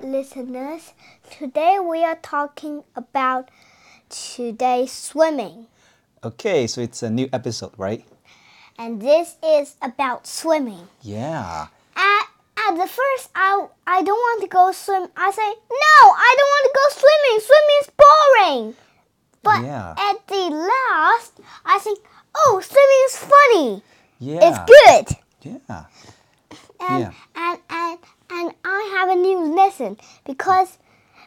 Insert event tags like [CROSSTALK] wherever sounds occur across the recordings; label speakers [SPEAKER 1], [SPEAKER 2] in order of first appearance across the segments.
[SPEAKER 1] listeners. Today we are talking about today swimming,
[SPEAKER 2] Okay, so it's a new episode, right?
[SPEAKER 1] and this is about swimming.
[SPEAKER 2] Yeah.
[SPEAKER 1] At, at the first, I I don't want to go swim. I say no, I don't want to go swimming. Swimming is boring. But
[SPEAKER 2] Yeah.
[SPEAKER 1] at the last, I think, oh, swimming is funny.
[SPEAKER 2] Yeah.
[SPEAKER 1] It's good.
[SPEAKER 2] Yeah.
[SPEAKER 1] and,
[SPEAKER 2] Yeah.
[SPEAKER 1] and and and I have a new lesson because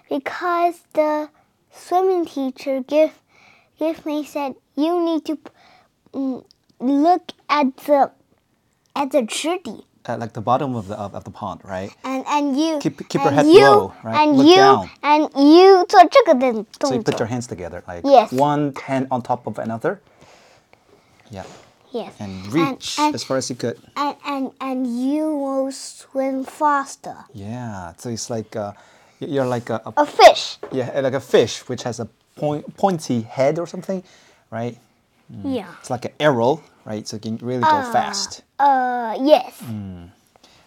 [SPEAKER 1] because the swimming teacher give give me said you need to mm, look at the at the tree
[SPEAKER 2] At like the bottom of the of, of the pond, right?
[SPEAKER 1] and and you
[SPEAKER 2] Keep- keep your
[SPEAKER 1] and
[SPEAKER 2] head
[SPEAKER 1] you,
[SPEAKER 2] low, right?
[SPEAKER 1] and
[SPEAKER 2] Look
[SPEAKER 1] you
[SPEAKER 2] down.
[SPEAKER 1] and you 做这个的动作
[SPEAKER 2] So you put your hands together, like
[SPEAKER 1] Yes.
[SPEAKER 2] one hand on top of another. Yeah.
[SPEAKER 1] yes
[SPEAKER 2] And reach
[SPEAKER 1] and,
[SPEAKER 2] as far as you could.
[SPEAKER 1] and, and and you will swim faster
[SPEAKER 2] Yeah. So it's like uh, y- you're like a, a
[SPEAKER 1] a fish
[SPEAKER 2] yeah like a fish which has a point, pointy head or something, right?
[SPEAKER 1] yeah
[SPEAKER 2] It's like an arrow, right? So it can really go
[SPEAKER 1] Ah.
[SPEAKER 2] fast.
[SPEAKER 1] uh yes
[SPEAKER 2] Mm.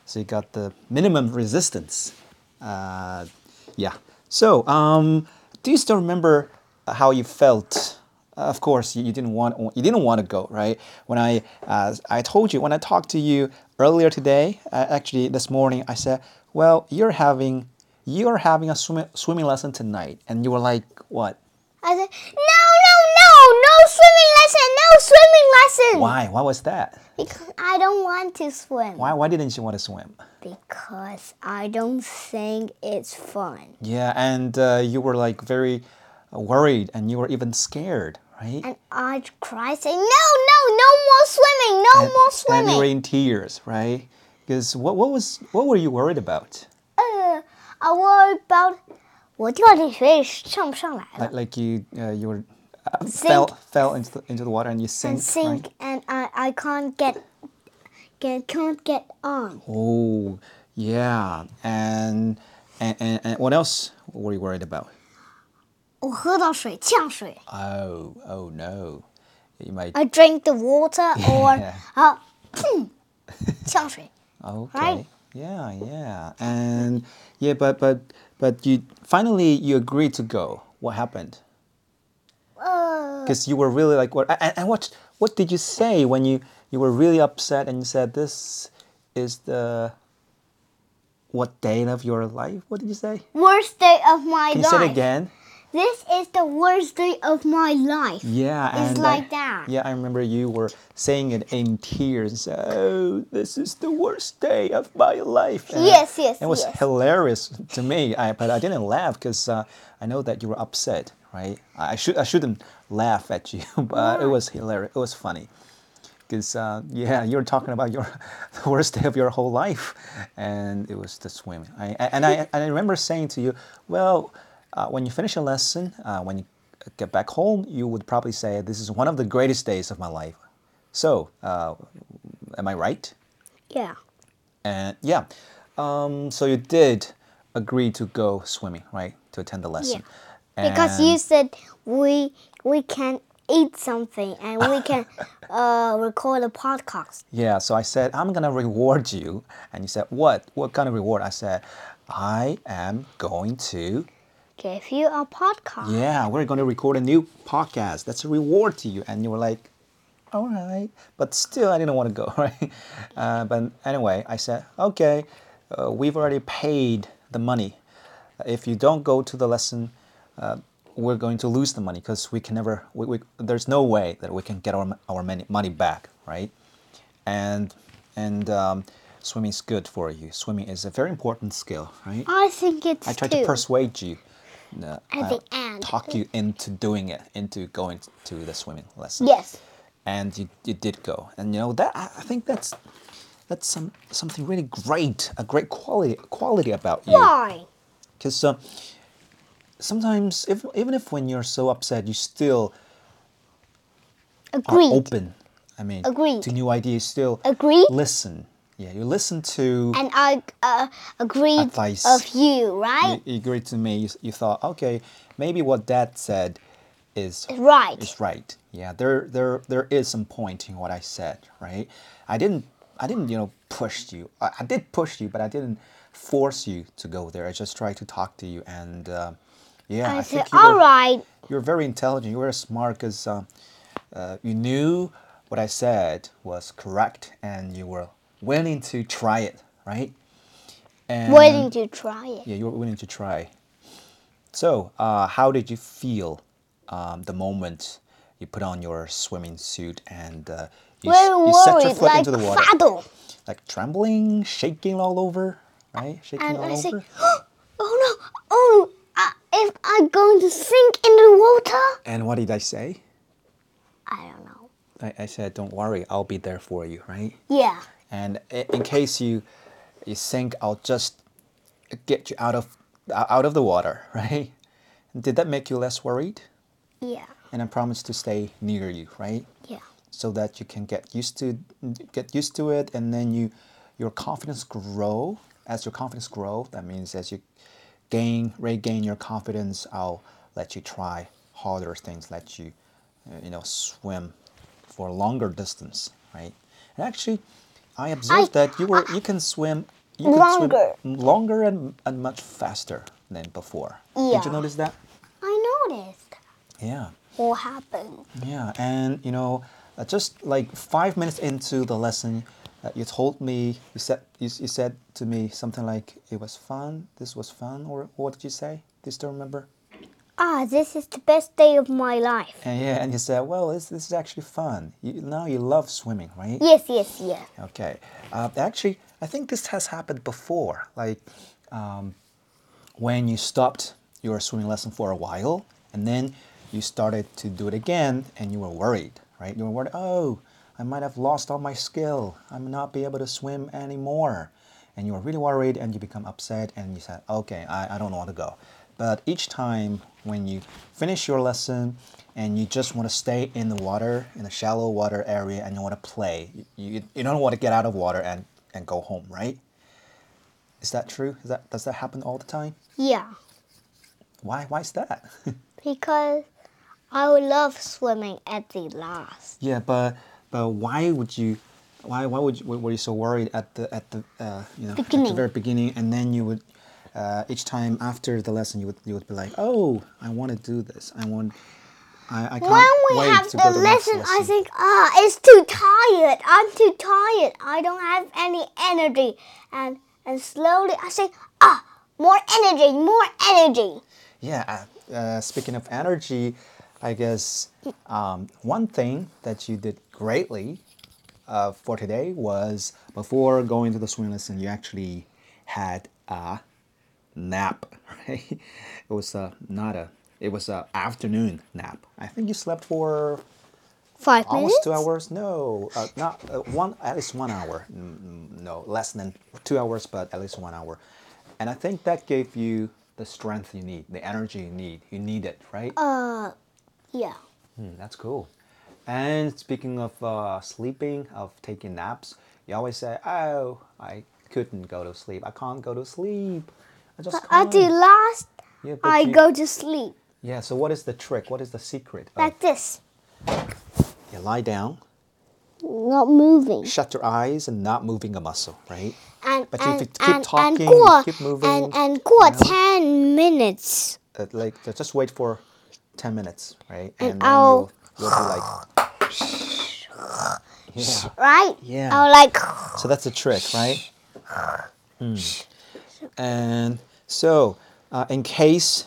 [SPEAKER 2] So you got the minimum resistance. Uh, yeah. So, um, do you still remember how you felt? Uh, Of course, you, you didn't want you didn't want to go, right? When I uh, I told you when I talked to you earlier today, uh, actually this morning, I said, "Well, you're having you're having a swim, swimming lesson tonight," and you were like, "What?
[SPEAKER 1] I said, no, no, no, no swimming lesson, no swimming lesson.
[SPEAKER 2] Why? Why was that?
[SPEAKER 1] Because I don't want to swim.
[SPEAKER 2] Why? Why didn't you want to swim?"
[SPEAKER 1] Because I don't think it's fun.
[SPEAKER 2] Yeah, and uh, you were like very worried, and you were even scared, right?
[SPEAKER 1] And I cried, saying, no, no, no more swimming, no
[SPEAKER 2] and,
[SPEAKER 1] more
[SPEAKER 2] and you were
[SPEAKER 1] swimming.
[SPEAKER 2] in tears, right? Because what, what was what were you worried about?
[SPEAKER 1] Uh, I worry about 我掉进水里上不上来了
[SPEAKER 2] Like, like you uh, you were uh,
[SPEAKER 1] Sink.
[SPEAKER 2] fell fell into the, into the water and you sank.
[SPEAKER 1] and sink
[SPEAKER 2] Right?
[SPEAKER 1] and I, I can't get, get can't get on.
[SPEAKER 2] Oh, yeah. And, and and and what else were you worried about?
[SPEAKER 1] "Oh, 我喝到水呛水。
[SPEAKER 2] Oh, oh no, you might.
[SPEAKER 1] I drink the water or
[SPEAKER 2] [LAUGHS] Yeah.
[SPEAKER 1] uh,
[SPEAKER 2] [LAUGHS]
[SPEAKER 1] 呛水。
[SPEAKER 2] Okay. Yeah, yeah. And yeah, but but but you finally you agreed to go. What happened?
[SPEAKER 1] Uh,
[SPEAKER 2] because you were really like what and, and what what did you say when you you were really upset and you said this is the what day of your life what did you say
[SPEAKER 1] worst day of my
[SPEAKER 2] Can you
[SPEAKER 1] life.
[SPEAKER 2] said again
[SPEAKER 1] This is the worst day of my life.
[SPEAKER 2] yeah
[SPEAKER 1] It's
[SPEAKER 2] and
[SPEAKER 1] like
[SPEAKER 2] I-
[SPEAKER 1] that.
[SPEAKER 2] yeah i remember you were saying it in tears oh this is the worst day of my life And
[SPEAKER 1] Yes, yes,
[SPEAKER 2] uh, it was
[SPEAKER 1] yes.
[SPEAKER 2] hilarious to me I, but i didn't laugh because uh, i know that you were upset right i I should i shouldn't laugh at you [LAUGHS] but it was hilarious it was funny because uh, yeah, you're talking about your [LAUGHS] the worst day of your whole life, and it was the swim. I, I-
[SPEAKER 1] [LAUGHS]
[SPEAKER 2] and I and I remember saying to you, well, uh, when you finish a lesson, uh, when you get back home, you would probably say, "This is one of the greatest days of my life." So, uh, am I right?
[SPEAKER 1] Yeah.
[SPEAKER 2] And yeah, um, so you did agree to go swimming, right? To attend the lesson.
[SPEAKER 1] Because
[SPEAKER 2] And-
[SPEAKER 1] you said we we can eat something and we
[SPEAKER 2] [LAUGHS]
[SPEAKER 1] can uh, record a podcast.
[SPEAKER 2] Yeah, so I said, I'm gonna reward you. And you said, What? What kind of reward? I said, I am going to,
[SPEAKER 1] Give you a podcast.
[SPEAKER 2] yeah, we're gonna record a new podcast. That's a reward to you. And you were like, All right. But still, I didn't wanna go, [LAUGHS] right? Uh, but anyway, I said, Okay, uh, we've already paid the money. If you don't go to the lesson, uh, we're going to lose the money because we can never, we, we, there's no way that we can get our, our money, money back, right? and and um, swimming is good for you. Swimming is a very important skill, right?
[SPEAKER 1] I think it's
[SPEAKER 2] I tried
[SPEAKER 1] two.
[SPEAKER 2] to persuade you, uh,
[SPEAKER 1] At the end.
[SPEAKER 2] talk you into doing it, into going to the swimming lesson.
[SPEAKER 1] yes.
[SPEAKER 2] And you, you did go, and you know that I I think that's that's some something really great, a great quality quality about you
[SPEAKER 1] Why?
[SPEAKER 2] because uh, sometimes if, even if when you're so upset you still are
[SPEAKER 1] Agreed.
[SPEAKER 2] open i mean
[SPEAKER 1] Agreed.
[SPEAKER 2] to new ideas still
[SPEAKER 1] Agreed.
[SPEAKER 2] listen yeah you listen to
[SPEAKER 1] And I uh, agreed
[SPEAKER 2] Advice.
[SPEAKER 1] of you, right?
[SPEAKER 2] you, you agreed to me you, s- you thought okay maybe what dad said is
[SPEAKER 1] Right.
[SPEAKER 2] is right yeah there there there is some point in what i said right i didn't i didn't you know push you i, I did push you but i didn't force you to go there. I just try to talk to you, and uh, yeah,
[SPEAKER 1] I,
[SPEAKER 2] I,
[SPEAKER 1] said,
[SPEAKER 2] think you
[SPEAKER 1] all
[SPEAKER 2] were-
[SPEAKER 1] right.
[SPEAKER 2] you're very intelligent. You're very smart because um, uh, you knew what I said was correct, and you were willing to try it, right? And
[SPEAKER 1] Willing to try it.
[SPEAKER 2] yeah, you were willing to try. So, uh, how did you feel um, the moment you put on your swimming suit and uh, you, s-
[SPEAKER 1] Very
[SPEAKER 2] you set your
[SPEAKER 1] worried,
[SPEAKER 2] foot
[SPEAKER 1] like
[SPEAKER 2] into the water?
[SPEAKER 1] Fado.
[SPEAKER 2] Like trembling, shaking all over, right? Shaking
[SPEAKER 1] And
[SPEAKER 2] all
[SPEAKER 1] I
[SPEAKER 2] over.
[SPEAKER 1] say, [GASPS] oh no, oh, uh, if I'm going to sink in the water,
[SPEAKER 2] And what did I say?
[SPEAKER 1] I don't know.
[SPEAKER 2] I, I said, "Don't worry, I'll be there for you," right?
[SPEAKER 1] Yeah,
[SPEAKER 2] and i- in case you you sink i'll just get you out of out of the water [LAUGHS] right did that make you less worried
[SPEAKER 1] yeah,
[SPEAKER 2] and i promise to stay near you right
[SPEAKER 1] yeah,
[SPEAKER 2] so that you can get used to get used to it and then you your confidence grow as your confidence grow that means as you gain regain your confidence i'll let you try harder things let you uh, you know swim for longer distance right and actually i observed that you were you can swim you can
[SPEAKER 1] Longer.
[SPEAKER 2] swim longer and, and much faster than before did
[SPEAKER 1] Yeah.
[SPEAKER 2] you notice that
[SPEAKER 1] I noticed
[SPEAKER 2] yeah
[SPEAKER 1] what happened.
[SPEAKER 2] yeah, and you know, uh, just like five minutes into the lesson, uh, you told me you said you, you said to me something like it was fun. This was fun, or what did you say? Do you still remember?
[SPEAKER 1] Ah, this is the best day of my life.
[SPEAKER 2] And yeah, and you said, well, this this is actually fun. You, now you love swimming, right?
[SPEAKER 1] Yes, yes, yes.
[SPEAKER 2] Okay. Uh, actually, I think this has happened before. Like um, when you stopped your swimming lesson for a while and then you started to do it again and you were worried, right? You were worried, oh, I might have lost all my skill. I may not be able to swim anymore. And you were really worried and you become upset and you said, okay, I, I don't want to go. But each time when you finish your lesson and you just want to stay in the water, in the shallow water area, and you want to play, you, you, you don't want to get out of water and, and go home, right? Is that true? Is that, does that happen all the time?
[SPEAKER 1] Yeah,
[SPEAKER 2] Why? Why is that? [LAUGHS]
[SPEAKER 1] because I would love swimming at the last.
[SPEAKER 2] yeah, but but why would you? Why why would you, were you so worried at the at the uh, you know at
[SPEAKER 1] Beginning.
[SPEAKER 2] the very beginning, and then you would uh, each time after the lesson you would you would be like, oh, I want to do this. I want. I, I can't
[SPEAKER 1] When we
[SPEAKER 2] wait
[SPEAKER 1] have
[SPEAKER 2] to
[SPEAKER 1] the
[SPEAKER 2] go to
[SPEAKER 1] lesson,
[SPEAKER 2] the next
[SPEAKER 1] I
[SPEAKER 2] lesson.
[SPEAKER 1] think, ah, it's too tired. I'm too tired. I don't have any energy. And and slowly I say, ah, more energy, more energy.
[SPEAKER 2] Yeah. uh, Uh, speaking of energy, I guess um, one thing that you did greatly uh, for today was before going to the swim lesson, you actually had a nap. [LAUGHS] Right? It was a not a. It was a afternoon nap. I think you slept for
[SPEAKER 1] Five
[SPEAKER 2] almost
[SPEAKER 1] minutes.
[SPEAKER 2] two hours. No, uh, not uh, one. At least one hour. Mm, mm, No, less than two hours, but at least one hour. And I think that gave you the strength you need, the energy you need. You need it, right?
[SPEAKER 1] Uh. Yeah.
[SPEAKER 2] Mm, that's cool. And speaking of uh, sleeping, of taking naps, you always say, "Oh, I couldn't go to sleep. I can't go to sleep. I just
[SPEAKER 1] At the
[SPEAKER 2] can't."
[SPEAKER 1] last,
[SPEAKER 2] Yeah, but
[SPEAKER 1] I
[SPEAKER 2] you-
[SPEAKER 1] go to sleep
[SPEAKER 2] Yeah. So what is the trick? What is the secret? of-
[SPEAKER 1] like this,
[SPEAKER 2] you lie down,
[SPEAKER 1] not moving.
[SPEAKER 2] shut your eyes, and not moving a muscle, right?
[SPEAKER 1] And
[SPEAKER 2] But if
[SPEAKER 1] and
[SPEAKER 2] you keep
[SPEAKER 1] and and
[SPEAKER 2] talking,
[SPEAKER 1] go
[SPEAKER 2] keep
[SPEAKER 1] and
[SPEAKER 2] moving,
[SPEAKER 1] and go
[SPEAKER 2] you know.
[SPEAKER 1] ten minutes.
[SPEAKER 2] Uh, like ju- just wait for ten minutes, right?
[SPEAKER 1] And
[SPEAKER 2] then
[SPEAKER 1] I'll-
[SPEAKER 2] you'll, you'll be like,
[SPEAKER 1] [SIGHS]
[SPEAKER 2] yeah.
[SPEAKER 1] right?
[SPEAKER 2] Yeah.
[SPEAKER 1] I was like, [SIGHS]
[SPEAKER 2] So that's the trick, right? Hmm. And so, uh, in case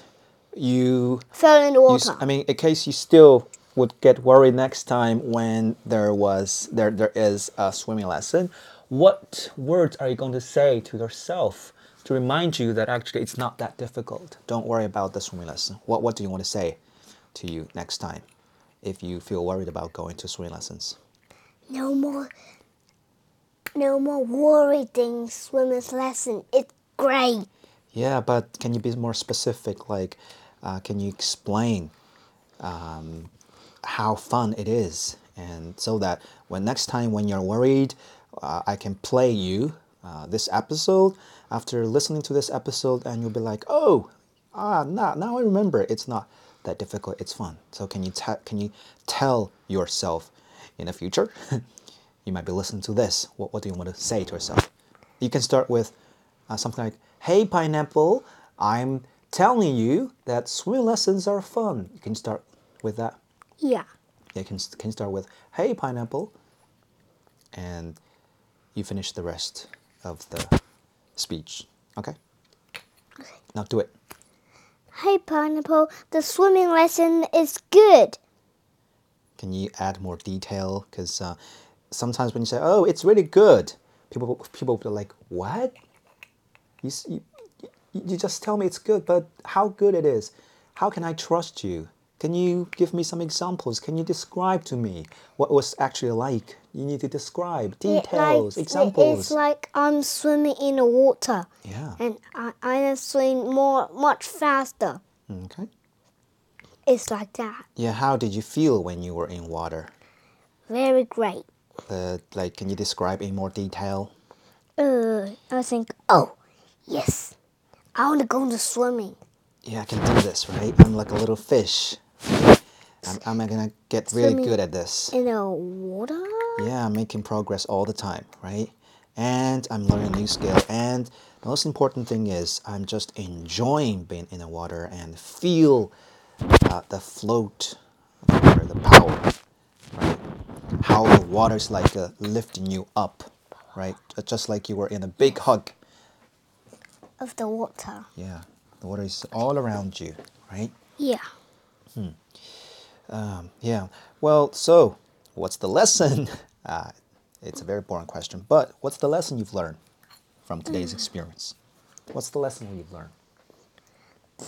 [SPEAKER 2] you,
[SPEAKER 1] fell in the
[SPEAKER 2] you s-
[SPEAKER 1] water.
[SPEAKER 2] I mean, in case you still would get worried next time when there was there there is a swimming lesson, what words are you going to say to yourself to remind you that actually it's not that difficult? Don't worry about the swimming lesson. What what do you want to say to you next time if you feel worried about going to swimming lessons?
[SPEAKER 1] no more, no more worry things. Swimmers lesson. It's great.
[SPEAKER 2] Yeah, but can you be more specific? Like, uh, can you explain um, how fun it is? And so that when next time when you're worried, uh, I can play you uh, this episode after listening to this episode, and you'll be like, oh, ah, now now I remember. It's not that difficult. It's fun. So can you te- can you tell yourself in the future? [LAUGHS] you might be listening to this. What what do you want to say to yourself? You can start with uh, something like, "Hey, pineapple, I'm telling you that swimming lessons are fun." You can start with that.
[SPEAKER 1] Yeah.
[SPEAKER 2] You can can start with, "Hey, pineapple," and you finish the rest of the speech. Okay. Now do it.
[SPEAKER 1] Hey, Pineapple, the swimming lesson is good.
[SPEAKER 2] Can you add more detail? Because uh, sometimes when you say, "Oh, it's really good," people people are like, "What? You, s- you you you just tell me it's good, but how good it is? How can I trust you? Can you give me some examples? Can you describe to me what was actually like? You need to describe details,
[SPEAKER 1] it like,
[SPEAKER 2] examples.
[SPEAKER 1] It's like I'm swimming in the water.
[SPEAKER 2] Yeah.
[SPEAKER 1] And I, I am swimming more, much faster.
[SPEAKER 2] okay.
[SPEAKER 1] It's like that.
[SPEAKER 2] Yeah. How did you feel when you were in water?
[SPEAKER 1] Very great.
[SPEAKER 2] Uh, like, can you describe in more detail?
[SPEAKER 1] Uh, I think, oh, yes. I want to go to swimming.
[SPEAKER 2] yeah, I can do this, right? I'm like a little fish. I'm, I'm gonna get really
[SPEAKER 1] Swimming.
[SPEAKER 2] good at this.
[SPEAKER 1] In the water?
[SPEAKER 2] Yeah, I'm making progress all the time, right? And I'm learning a new skill. And the most important thing is, I'm just enjoying being in the water and feel uh, the float, of the water, the power, right? How the water's like uh, lifting you up, right? Just like you were in a big hug.
[SPEAKER 1] Of the water.
[SPEAKER 2] Yeah, the water is all around you, right?
[SPEAKER 1] Yeah.
[SPEAKER 2] Yeah. Well, so what's the lesson? [LAUGHS] Uh, it's a very boring question, but what's the lesson you've learned from today's experience? Mm. What's the lesson you've learned?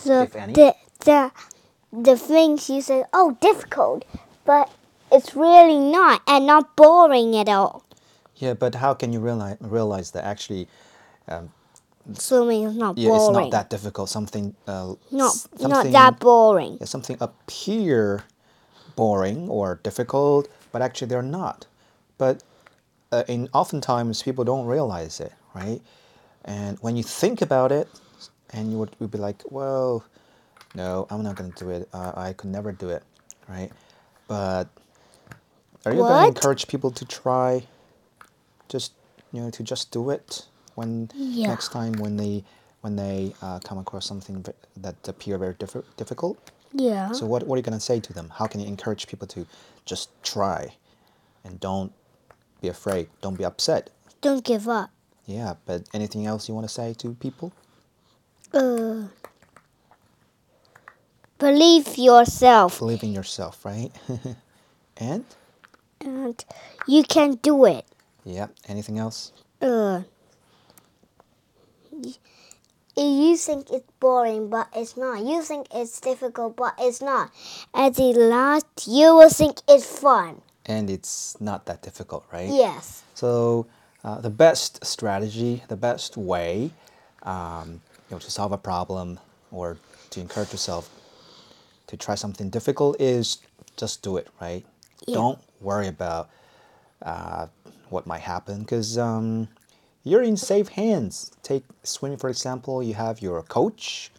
[SPEAKER 1] The,
[SPEAKER 2] If any.
[SPEAKER 1] the, the, the things you said, oh, difficult. But it's really not and not boring at all.
[SPEAKER 2] Yeah, but how can you realize realize that actually
[SPEAKER 1] Swimming is not
[SPEAKER 2] yeah,
[SPEAKER 1] boring.
[SPEAKER 2] it's not that difficult? Something uh,
[SPEAKER 1] not
[SPEAKER 2] s-
[SPEAKER 1] not
[SPEAKER 2] something-
[SPEAKER 1] that boring.
[SPEAKER 2] yeah, something appear boring or difficult, but actually they're not. But uh, in oftentimes people don't realize it, right? And when you think about it, and you would, would be like, well, no, I'm not gonna do it. Uh, I could never do it, right? But are you gonna
[SPEAKER 1] What?
[SPEAKER 2] encourage people to try? Just you know, to just do it when
[SPEAKER 1] Yeah.
[SPEAKER 2] next time when they when they uh, come across something ve- that appear very diffi- difficult.
[SPEAKER 1] Yeah.
[SPEAKER 2] So what, what are you going to say to them? How can you encourage people to just try and don't be afraid, don't be upset?
[SPEAKER 1] Don't give up.
[SPEAKER 2] Yeah, but anything else you want to say to people?
[SPEAKER 1] Uh, believe yourself,
[SPEAKER 2] Believe in yourself, right? [LAUGHS] and
[SPEAKER 1] and you can do it.
[SPEAKER 2] yeah, anything else?
[SPEAKER 1] Uh, y- you think it's boring, but it's not. You think it's difficult, but it's not. At the last, you will think it's fun.
[SPEAKER 2] And it's not that difficult, right?
[SPEAKER 1] Yes.
[SPEAKER 2] So uh, the best strategy, the best way, um, you know, to solve a problem or to encourage yourself to try something difficult is just do it, right?
[SPEAKER 1] Yeah.
[SPEAKER 2] Don't worry about uh, what might happen because um, you're in safe hands. Take swimming, for example, you have your coach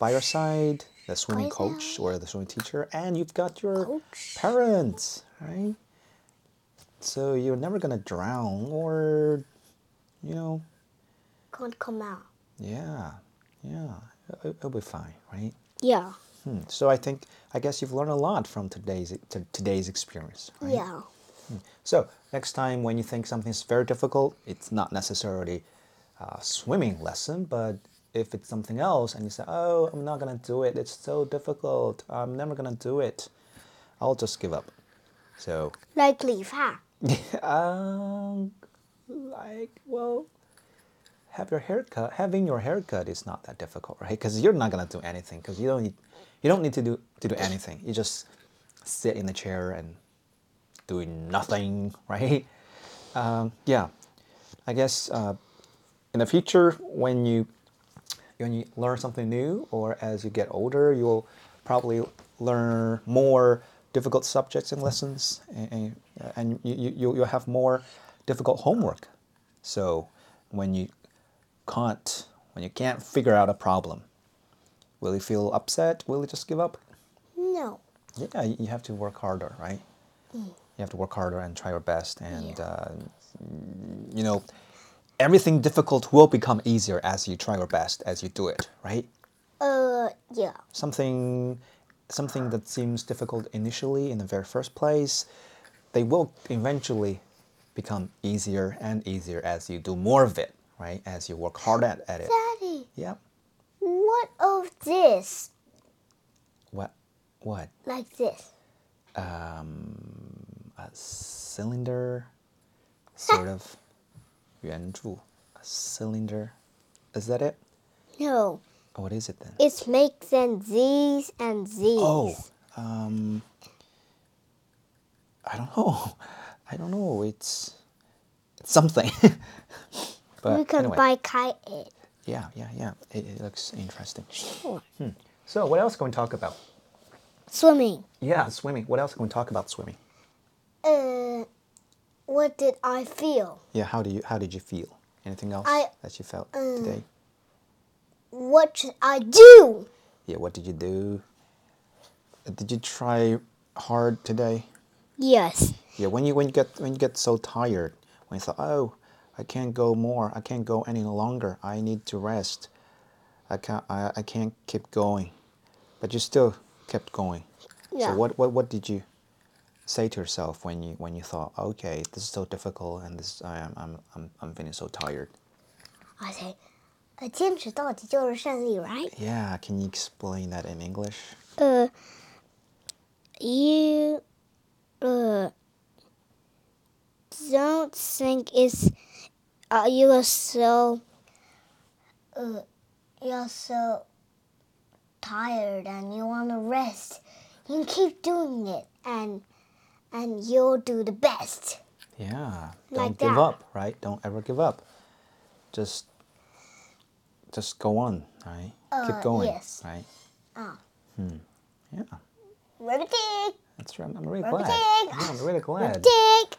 [SPEAKER 2] by your side, the swimming
[SPEAKER 1] By
[SPEAKER 2] coach or the swimming teacher, and you've got your
[SPEAKER 1] Coach.
[SPEAKER 2] parents, right? So you're never gonna drown or, you know,
[SPEAKER 1] Can't come out.
[SPEAKER 2] yeah, yeah, it- it'll be fine, right?
[SPEAKER 1] Yeah.
[SPEAKER 2] Hmm, So I think I guess you've learned a lot from today's to, today's experience, right?
[SPEAKER 1] Yeah.
[SPEAKER 2] So next time when you think something's very difficult, it's not necessarily a swimming lesson, but if it's something else and you say, "Oh, I'm not gonna do it. It's so difficult. I'm never gonna do it. I'll just give up." So,
[SPEAKER 1] Like leave, huh?
[SPEAKER 2] um, like, well, have your haircut. Having your haircut is not that difficult, right? Because you're not gonna do anything. Because you don't need, you don't need to do to do anything. You just sit in the chair and doing nothing, [LAUGHS] right? Um, yeah, I guess uh, in the future when you when you learn something new or as you get older, you'll probably learn more difficult subjects and lessons, and, and, uh, and you, you, you'll- you'll have more difficult homework. So when you can't when you can't figure out a problem, will you feel upset? Will you just give up?
[SPEAKER 1] No.
[SPEAKER 2] Yeah, you you have to work harder, right? You have to work harder and try your best, and
[SPEAKER 1] Yeah.
[SPEAKER 2] uh, you know, everything difficult will become easier as you try your best as you do it, right?
[SPEAKER 1] Uh, yeah.
[SPEAKER 2] Something something that seems difficult initially in the very first place, they will eventually become easier and easier as you do more of it, right? As you work hard at, at it.
[SPEAKER 1] Daddy,
[SPEAKER 2] Yeah.
[SPEAKER 1] what of this?
[SPEAKER 2] What what?
[SPEAKER 1] Like this.
[SPEAKER 2] cylinder, sort of. 圆柱, a cylinder. Is that it?
[SPEAKER 1] No,
[SPEAKER 2] What is it then?
[SPEAKER 1] it's makes and these and these.
[SPEAKER 2] oh, um, I don't know. [LAUGHS] I don't know. It's, it's something. [LAUGHS] but
[SPEAKER 1] we can
[SPEAKER 2] anyway,
[SPEAKER 1] buy kite it.
[SPEAKER 2] yeah, yeah, yeah. It, it looks interesting. Hmm. So, what else can we talk about?
[SPEAKER 1] Swimming.
[SPEAKER 2] Yeah, swimming. What else can we talk about swimming?
[SPEAKER 1] Uh, what did I feel?
[SPEAKER 2] Yeah, how do you how did you feel? Anything else
[SPEAKER 1] I- um,
[SPEAKER 2] that you felt today?
[SPEAKER 1] What should I do?
[SPEAKER 2] Yeah, what did you do? Did you try hard today?
[SPEAKER 1] Yes.
[SPEAKER 2] Yeah, when you when you get when you get so tired, when you thought, oh, I can't go more, I can't go any longer, I need to rest, I can't I, I can't keep going, but you still kept going.
[SPEAKER 1] Yeah.
[SPEAKER 2] So what, what what did you say to yourself when you when you thought, okay, this is so difficult and this I am I'm I'm I'm feeling so tired.
[SPEAKER 1] I say, 呃，坚持到底就是胜利 right?
[SPEAKER 2] Yeah, can you explain that in English?
[SPEAKER 1] Uh, you uh don't think it's uh you are so uh you're so tired and you want to rest. You keep doing it and and you'll do the best.
[SPEAKER 2] Yeah. Don't
[SPEAKER 1] Like
[SPEAKER 2] give
[SPEAKER 1] that.
[SPEAKER 2] up, right? Don't ever give up. Just just go on, right?
[SPEAKER 1] Uh,
[SPEAKER 2] Keep going,
[SPEAKER 1] yes.
[SPEAKER 2] right? Hmm.
[SPEAKER 1] Ah.
[SPEAKER 2] Yeah.
[SPEAKER 1] Riveting,
[SPEAKER 2] That's right. I'm really
[SPEAKER 1] Rubber
[SPEAKER 2] glad.
[SPEAKER 1] tick.
[SPEAKER 2] Yeah, I'm really glad.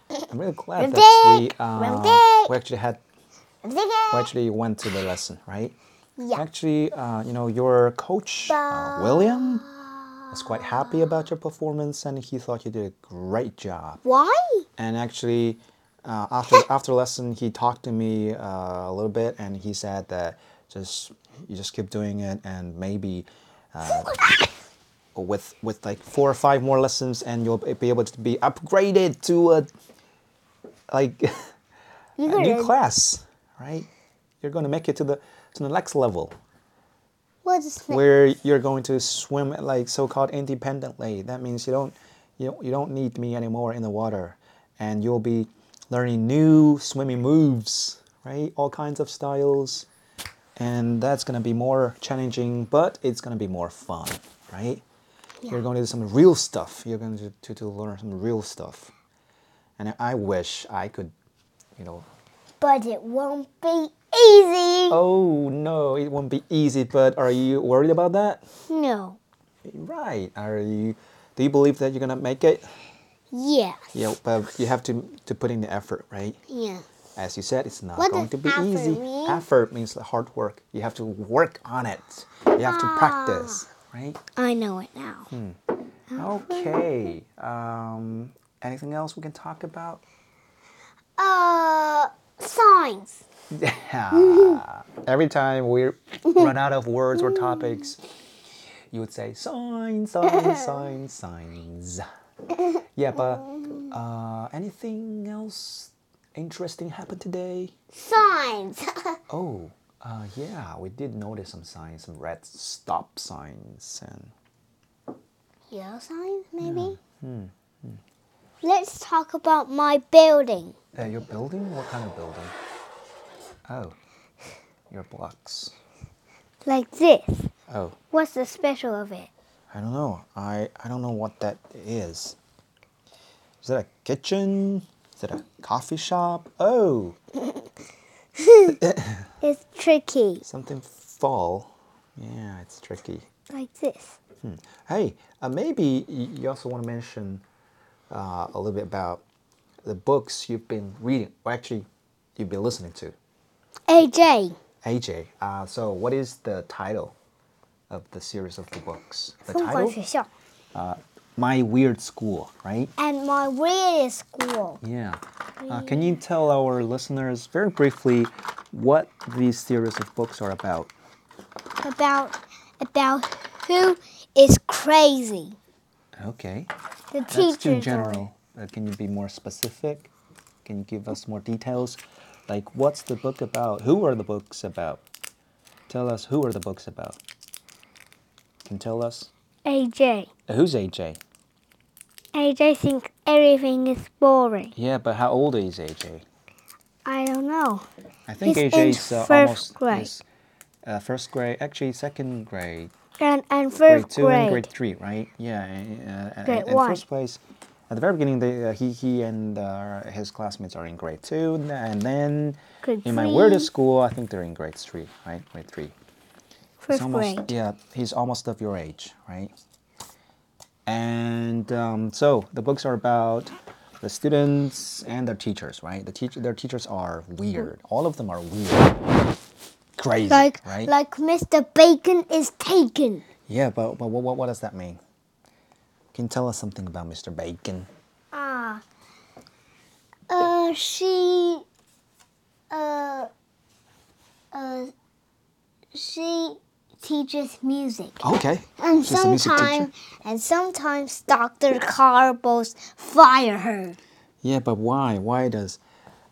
[SPEAKER 1] riveting,
[SPEAKER 2] I'm really glad
[SPEAKER 1] Rubber
[SPEAKER 2] that we
[SPEAKER 1] tick. Rubber
[SPEAKER 2] uh,
[SPEAKER 1] tick.
[SPEAKER 2] we actually had we
[SPEAKER 1] riveting.
[SPEAKER 2] actually went to the lesson, right?
[SPEAKER 1] Yeah.
[SPEAKER 2] Actually, uh, you know, your coach uh, William was quite happy about your performance, and he thought you did a great job.
[SPEAKER 1] Why?
[SPEAKER 2] and actually uh, after after lesson he talked to me uh, a little bit and he said that just you just keep doing it and maybe uh, with with like four or five more lessons and you'll be able to be upgraded to a like [LAUGHS]
[SPEAKER 1] You
[SPEAKER 2] a new
[SPEAKER 1] gonna-
[SPEAKER 2] class right you're going to make it to the to the next level
[SPEAKER 1] What's his name?
[SPEAKER 2] where you're going to swim like so-called independently. That means you don't you, you don't need me anymore in the water, and you'll be learning new swimming moves, right? All kinds of styles, and that's gonna be more challenging, but it's gonna be more fun, right? You're going to do some real stuff. You're going to, to, to learn some real stuff, and I wish I could, you know.
[SPEAKER 1] But it won't be easy.
[SPEAKER 2] Oh no, it won't be easy. But are you worried about that?
[SPEAKER 1] No.
[SPEAKER 2] Right. Are you? Do you believe that you're gonna make it?
[SPEAKER 1] Yes.
[SPEAKER 2] Yeah, but you have to to put in the effort, right?
[SPEAKER 1] Yeah.
[SPEAKER 2] As you said, it's not
[SPEAKER 1] What
[SPEAKER 2] going to
[SPEAKER 1] does
[SPEAKER 2] be
[SPEAKER 1] effort
[SPEAKER 2] easy.
[SPEAKER 1] mean?
[SPEAKER 2] Effort means the hard work. You have to work on it. You
[SPEAKER 1] Ah.
[SPEAKER 2] have to practice, right?
[SPEAKER 1] I know it now.
[SPEAKER 2] Hmm. Okay. Um, anything else we can talk about?
[SPEAKER 1] Uh, signs.
[SPEAKER 2] Yeah. Every time we run out of words or topics, you would say sign, sign, sign, signs. Yeah, but uh, anything else interesting happened today?
[SPEAKER 1] Signs. [LAUGHS]
[SPEAKER 2] Oh, uh, yeah, we did notice some signs, some red stop signs, and
[SPEAKER 1] Yellow signs, maybe?
[SPEAKER 2] Hmm.
[SPEAKER 1] Let's talk about my building.
[SPEAKER 2] uh, your building. What kind of building? Oh, your blocks.
[SPEAKER 1] Like this.
[SPEAKER 2] Oh,
[SPEAKER 1] What's the special of it?
[SPEAKER 2] I don't know. I, I don't know what that is. Is that a kitchen? Is that a coffee shop? Oh,
[SPEAKER 1] It's tricky.
[SPEAKER 2] something fall. Yeah, it's tricky.
[SPEAKER 1] Like this.
[SPEAKER 2] Hey, uh, maybe y- you also want to mention uh, a little bit about the books you've been reading, or actually, you've been listening to.
[SPEAKER 1] AJ.
[SPEAKER 2] AJ, uh, so what is the title of the series of the books? The title?
[SPEAKER 1] 疯狂学校.
[SPEAKER 2] my weird school, right?
[SPEAKER 1] and my weird school.
[SPEAKER 2] Yeah. Uh, can you tell our listeners very briefly what these series of books are about?
[SPEAKER 1] about about who is crazy.
[SPEAKER 2] Okay.
[SPEAKER 1] The
[SPEAKER 2] That's
[SPEAKER 1] teacher.
[SPEAKER 2] too general. Uh, can you be more specific? Can you give us more details? Like, what's the book about? Who are the books about? Tell us who are the books about. Can you tell us
[SPEAKER 1] AJ.
[SPEAKER 2] Uh, who's AJ?
[SPEAKER 1] AJ thinks everything is boring.
[SPEAKER 2] Yeah, but how old is AJ?
[SPEAKER 1] I don't know.
[SPEAKER 2] I think
[SPEAKER 1] He's
[SPEAKER 2] AJ
[SPEAKER 1] in
[SPEAKER 2] is uh,
[SPEAKER 1] first
[SPEAKER 2] almost
[SPEAKER 1] grade.
[SPEAKER 2] is, uh, first grade, actually second grade,
[SPEAKER 1] And and
[SPEAKER 2] grade
[SPEAKER 1] first
[SPEAKER 2] two and
[SPEAKER 1] grade.
[SPEAKER 2] grade three, right? Yeah. Uh, uh,
[SPEAKER 1] Grade
[SPEAKER 2] in
[SPEAKER 1] one.
[SPEAKER 2] first place, at the very beginning, they, uh, he he and uh, his classmates are in grade two, n- and then
[SPEAKER 1] Grade
[SPEAKER 2] in my
[SPEAKER 1] three.
[SPEAKER 2] weirdest school, I think they're in grade three, right? Grade three. He's
[SPEAKER 1] First
[SPEAKER 2] almost,
[SPEAKER 1] grade.
[SPEAKER 2] Yeah, he's almost of your age, right? And um, so the books are about the students and their teachers, right? The teacher, their teachers are weird. All of them are weird, crazy,
[SPEAKER 1] Mm-hmm. Like
[SPEAKER 2] right?
[SPEAKER 1] like Mr. Bacon is taken.
[SPEAKER 2] yeah, but, but what, what, what does that mean? Can you tell us something about Mr. Bacon?
[SPEAKER 1] Ah. Uh she uh uh she teaches music.
[SPEAKER 2] Okay.
[SPEAKER 1] And
[SPEAKER 2] Oh, She's a music teacher.
[SPEAKER 1] sometimes, and sometimes Dr. Carbos fire her
[SPEAKER 2] Yeah, but why? Why does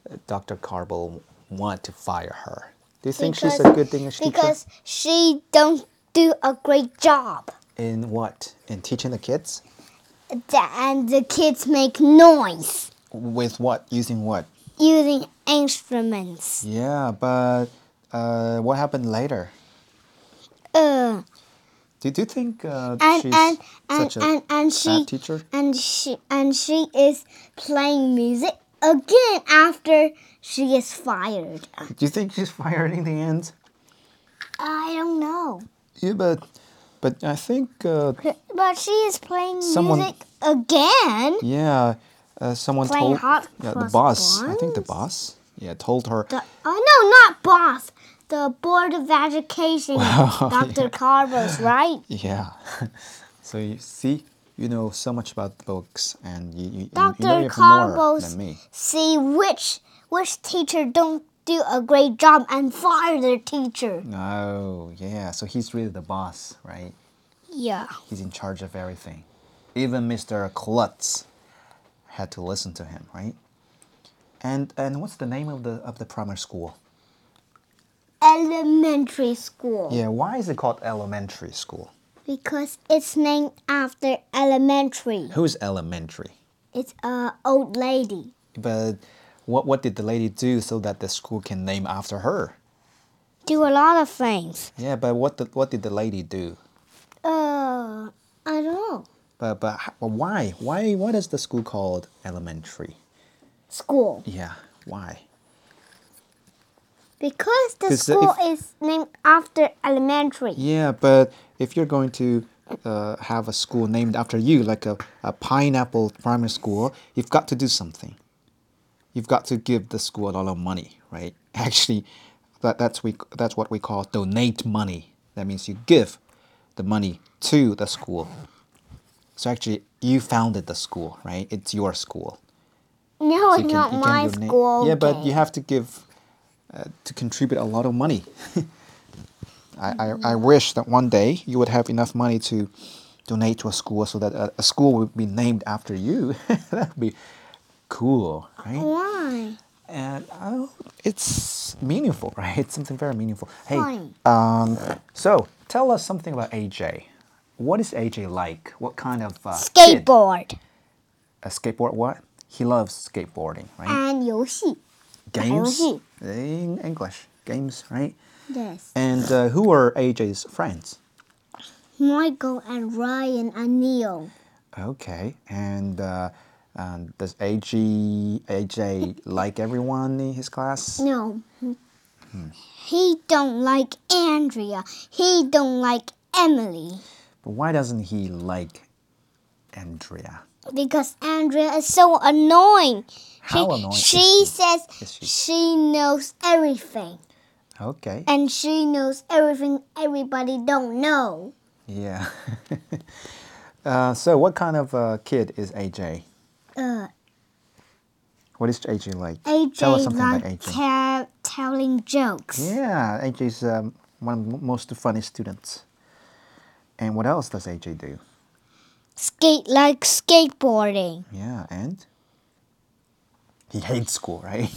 [SPEAKER 2] uh, Dr. Carbo want to fire her? Do you think she's a
[SPEAKER 1] Because-
[SPEAKER 2] good English teacher?
[SPEAKER 1] because she don't do a great job,
[SPEAKER 2] In what? In teaching the kids?
[SPEAKER 1] Th- and the kids make noise
[SPEAKER 2] With what? Using what?
[SPEAKER 1] using instruments.
[SPEAKER 2] Yeah, but uh, what happened later?
[SPEAKER 1] Uh,
[SPEAKER 2] Do, do you think uh,
[SPEAKER 1] and,
[SPEAKER 2] she's
[SPEAKER 1] and and
[SPEAKER 2] such a
[SPEAKER 1] and and she
[SPEAKER 2] bad teacher?
[SPEAKER 1] and she and she is playing music again after she is fired.
[SPEAKER 2] Do you think she's [LAUGHS] fired in the end?
[SPEAKER 1] I don't know,
[SPEAKER 2] Yeah, but but I think uh,
[SPEAKER 1] but she is playing
[SPEAKER 2] Someone-
[SPEAKER 1] music again.
[SPEAKER 2] yeah, uh, someone
[SPEAKER 1] Playing
[SPEAKER 2] told
[SPEAKER 1] hot
[SPEAKER 2] yeah, the
[SPEAKER 1] cross
[SPEAKER 2] boss. I think the boss. Yeah, told her.
[SPEAKER 1] The, oh no, not boss. The board of
[SPEAKER 2] [LAUGHS]
[SPEAKER 1] education, Dr. Carver's right.
[SPEAKER 2] [LAUGHS] Yeah. [LAUGHS] so you see, you know so much about the books, and you you, you- you know
[SPEAKER 1] Dr.
[SPEAKER 2] even more
[SPEAKER 1] Carver's
[SPEAKER 2] than me.
[SPEAKER 1] see which which teacher don't do a great job and fire their teacher.
[SPEAKER 2] No, Oh, yeah. So he's really the boss, right?
[SPEAKER 1] Yeah.
[SPEAKER 2] He's in charge of everything. Even Mr. Klutz had to listen to him, right? And and what's the name of the of the primary school?
[SPEAKER 1] Elementary school
[SPEAKER 2] Yeah, why is it called elementary school?
[SPEAKER 1] because it's named after elementary.
[SPEAKER 2] Who's elementary?
[SPEAKER 1] It's a old lady.
[SPEAKER 2] But what what did the lady do so that the school can name after her?
[SPEAKER 1] Do a lot of things.
[SPEAKER 2] Yeah, but what the, what did the lady do?
[SPEAKER 1] Uh, I don't know.
[SPEAKER 2] But but h- but why why why is the school called elementary?
[SPEAKER 1] School.
[SPEAKER 2] Yeah, why?
[SPEAKER 1] Because the
[SPEAKER 2] 'Cause, uh,
[SPEAKER 1] school
[SPEAKER 2] if-
[SPEAKER 1] is named after elementary.
[SPEAKER 2] Yeah, but if you're going to uh, have a school named after you, like a, a pineapple primary school, you've got to do something. You've got to give the school a lot of money, right? [LAUGHS] Actually, that, that's we that's what we call donate money. That means you give the money to the school. So actually, you founded the school, right? It's your school.
[SPEAKER 1] No,
[SPEAKER 2] You
[SPEAKER 1] it's not
[SPEAKER 2] you
[SPEAKER 1] my
[SPEAKER 2] donate-
[SPEAKER 1] school.
[SPEAKER 2] Yeah, but you
[SPEAKER 1] okay.
[SPEAKER 2] have to give uh, to contribute a lot of money. [LAUGHS] I, I, I wish that one day you would have enough money to donate to a school so that a, a school would be named after you. [LAUGHS] that would be cool, right? Ah,
[SPEAKER 1] Why?
[SPEAKER 2] And uh, it's meaningful, right? It's something very meaningful. Hey,
[SPEAKER 1] Why?
[SPEAKER 2] um, so tell us something about AJ. What is AJ like? What kind of uh, kid-
[SPEAKER 1] Skateboard
[SPEAKER 2] A skateboard? What? He loves skateboarding, right?
[SPEAKER 1] and 游戏.
[SPEAKER 2] games
[SPEAKER 1] Biology.
[SPEAKER 2] in English, games, right?
[SPEAKER 1] Yes.
[SPEAKER 2] And uh, who are AJ's friends?
[SPEAKER 1] Michael and Ryan and Neil.
[SPEAKER 2] Okay, and uh, um, does AJ AJ like everyone in his class?
[SPEAKER 1] No. He don't like Andrea. He don't like Emily
[SPEAKER 2] But why doesn't he like Andrea?
[SPEAKER 1] because Andrea is so annoying.
[SPEAKER 2] How annoying is
[SPEAKER 1] She
[SPEAKER 2] she?
[SPEAKER 1] says
[SPEAKER 2] Is she?
[SPEAKER 1] she knows everything
[SPEAKER 2] Okay,
[SPEAKER 1] and she knows everything everybody don't know.
[SPEAKER 2] yeah. [LAUGHS] Uh, so, what kind of uh, kid is AJ?
[SPEAKER 1] Uh,
[SPEAKER 2] What is AJ like? Tell us
[SPEAKER 1] AJ
[SPEAKER 2] something about
[SPEAKER 1] like
[SPEAKER 2] AJ.
[SPEAKER 1] te- telling jokes.
[SPEAKER 2] Yeah, AJ's um, one of the m- most funny students. And what else does AJ do?
[SPEAKER 1] Skate like skateboarding.
[SPEAKER 2] Yeah, and he hates school, right?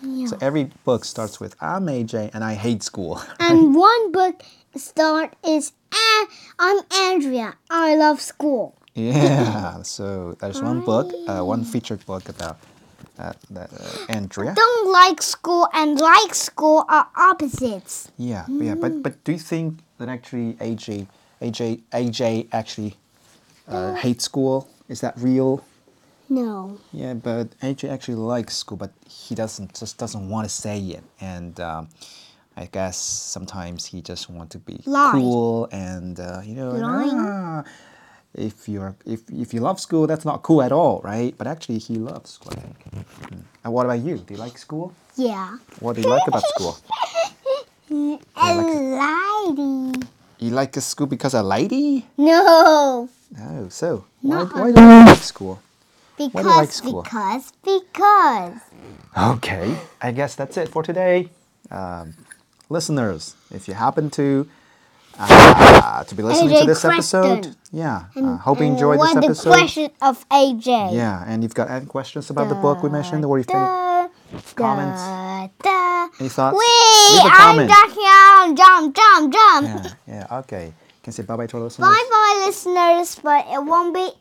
[SPEAKER 1] Yeah.
[SPEAKER 2] So every book starts with "I'm AJ and I hate
[SPEAKER 1] [LAUGHS]
[SPEAKER 2] school." [LAUGHS]
[SPEAKER 1] And one book start is "Ah, I'm Andrea. I love school.
[SPEAKER 2] yeah. So there's one book, uh, one featured book about uh, that, uh, Andrea.
[SPEAKER 1] Don't like school and like school are opposites.
[SPEAKER 2] Yeah, yeah. But but do you think that actually AJ AJ AJ actually uh, hates school? Is that real?
[SPEAKER 1] No.
[SPEAKER 2] Yeah, but AJ actually likes school, but he doesn't just doesn't want to say it, and um, I guess sometimes he just want to be
[SPEAKER 1] Lie.
[SPEAKER 2] cool and uh, you know. and,
[SPEAKER 1] Lying.
[SPEAKER 2] "Ah, if you're if if you love school, that's not cool at all, right? But actually, he loves school. I think. Mm. And what about you? Do you like school?
[SPEAKER 1] Yeah.
[SPEAKER 2] What do you like about school?
[SPEAKER 1] A lady.
[SPEAKER 2] You like school because a lady?
[SPEAKER 1] No.
[SPEAKER 2] No. So why,
[SPEAKER 1] Not a
[SPEAKER 2] why do you like school?
[SPEAKER 1] Because,
[SPEAKER 2] do you like school?
[SPEAKER 1] because, because.
[SPEAKER 2] Okay, I guess that's it for today. Um, listeners, if you happen to uh, to be listening to
[SPEAKER 1] AJ
[SPEAKER 2] this episode,
[SPEAKER 1] Preston.
[SPEAKER 2] yeah, uh, hope you enjoyed
[SPEAKER 1] what
[SPEAKER 2] this
[SPEAKER 1] the
[SPEAKER 2] episode.
[SPEAKER 1] question of AJ?
[SPEAKER 2] Yeah, and you've got any questions about the book we mentioned, or if any,
[SPEAKER 1] Da,
[SPEAKER 2] comments?
[SPEAKER 1] da, da.
[SPEAKER 2] any thoughts?
[SPEAKER 1] Wait,
[SPEAKER 2] Leave a
[SPEAKER 1] I'm
[SPEAKER 2] comment.
[SPEAKER 1] ducking out. Jump, jump, jump.
[SPEAKER 2] Yeah, yeah, okay. You can say bye bye to our listeners.
[SPEAKER 1] Bye bye, listeners, but it won't be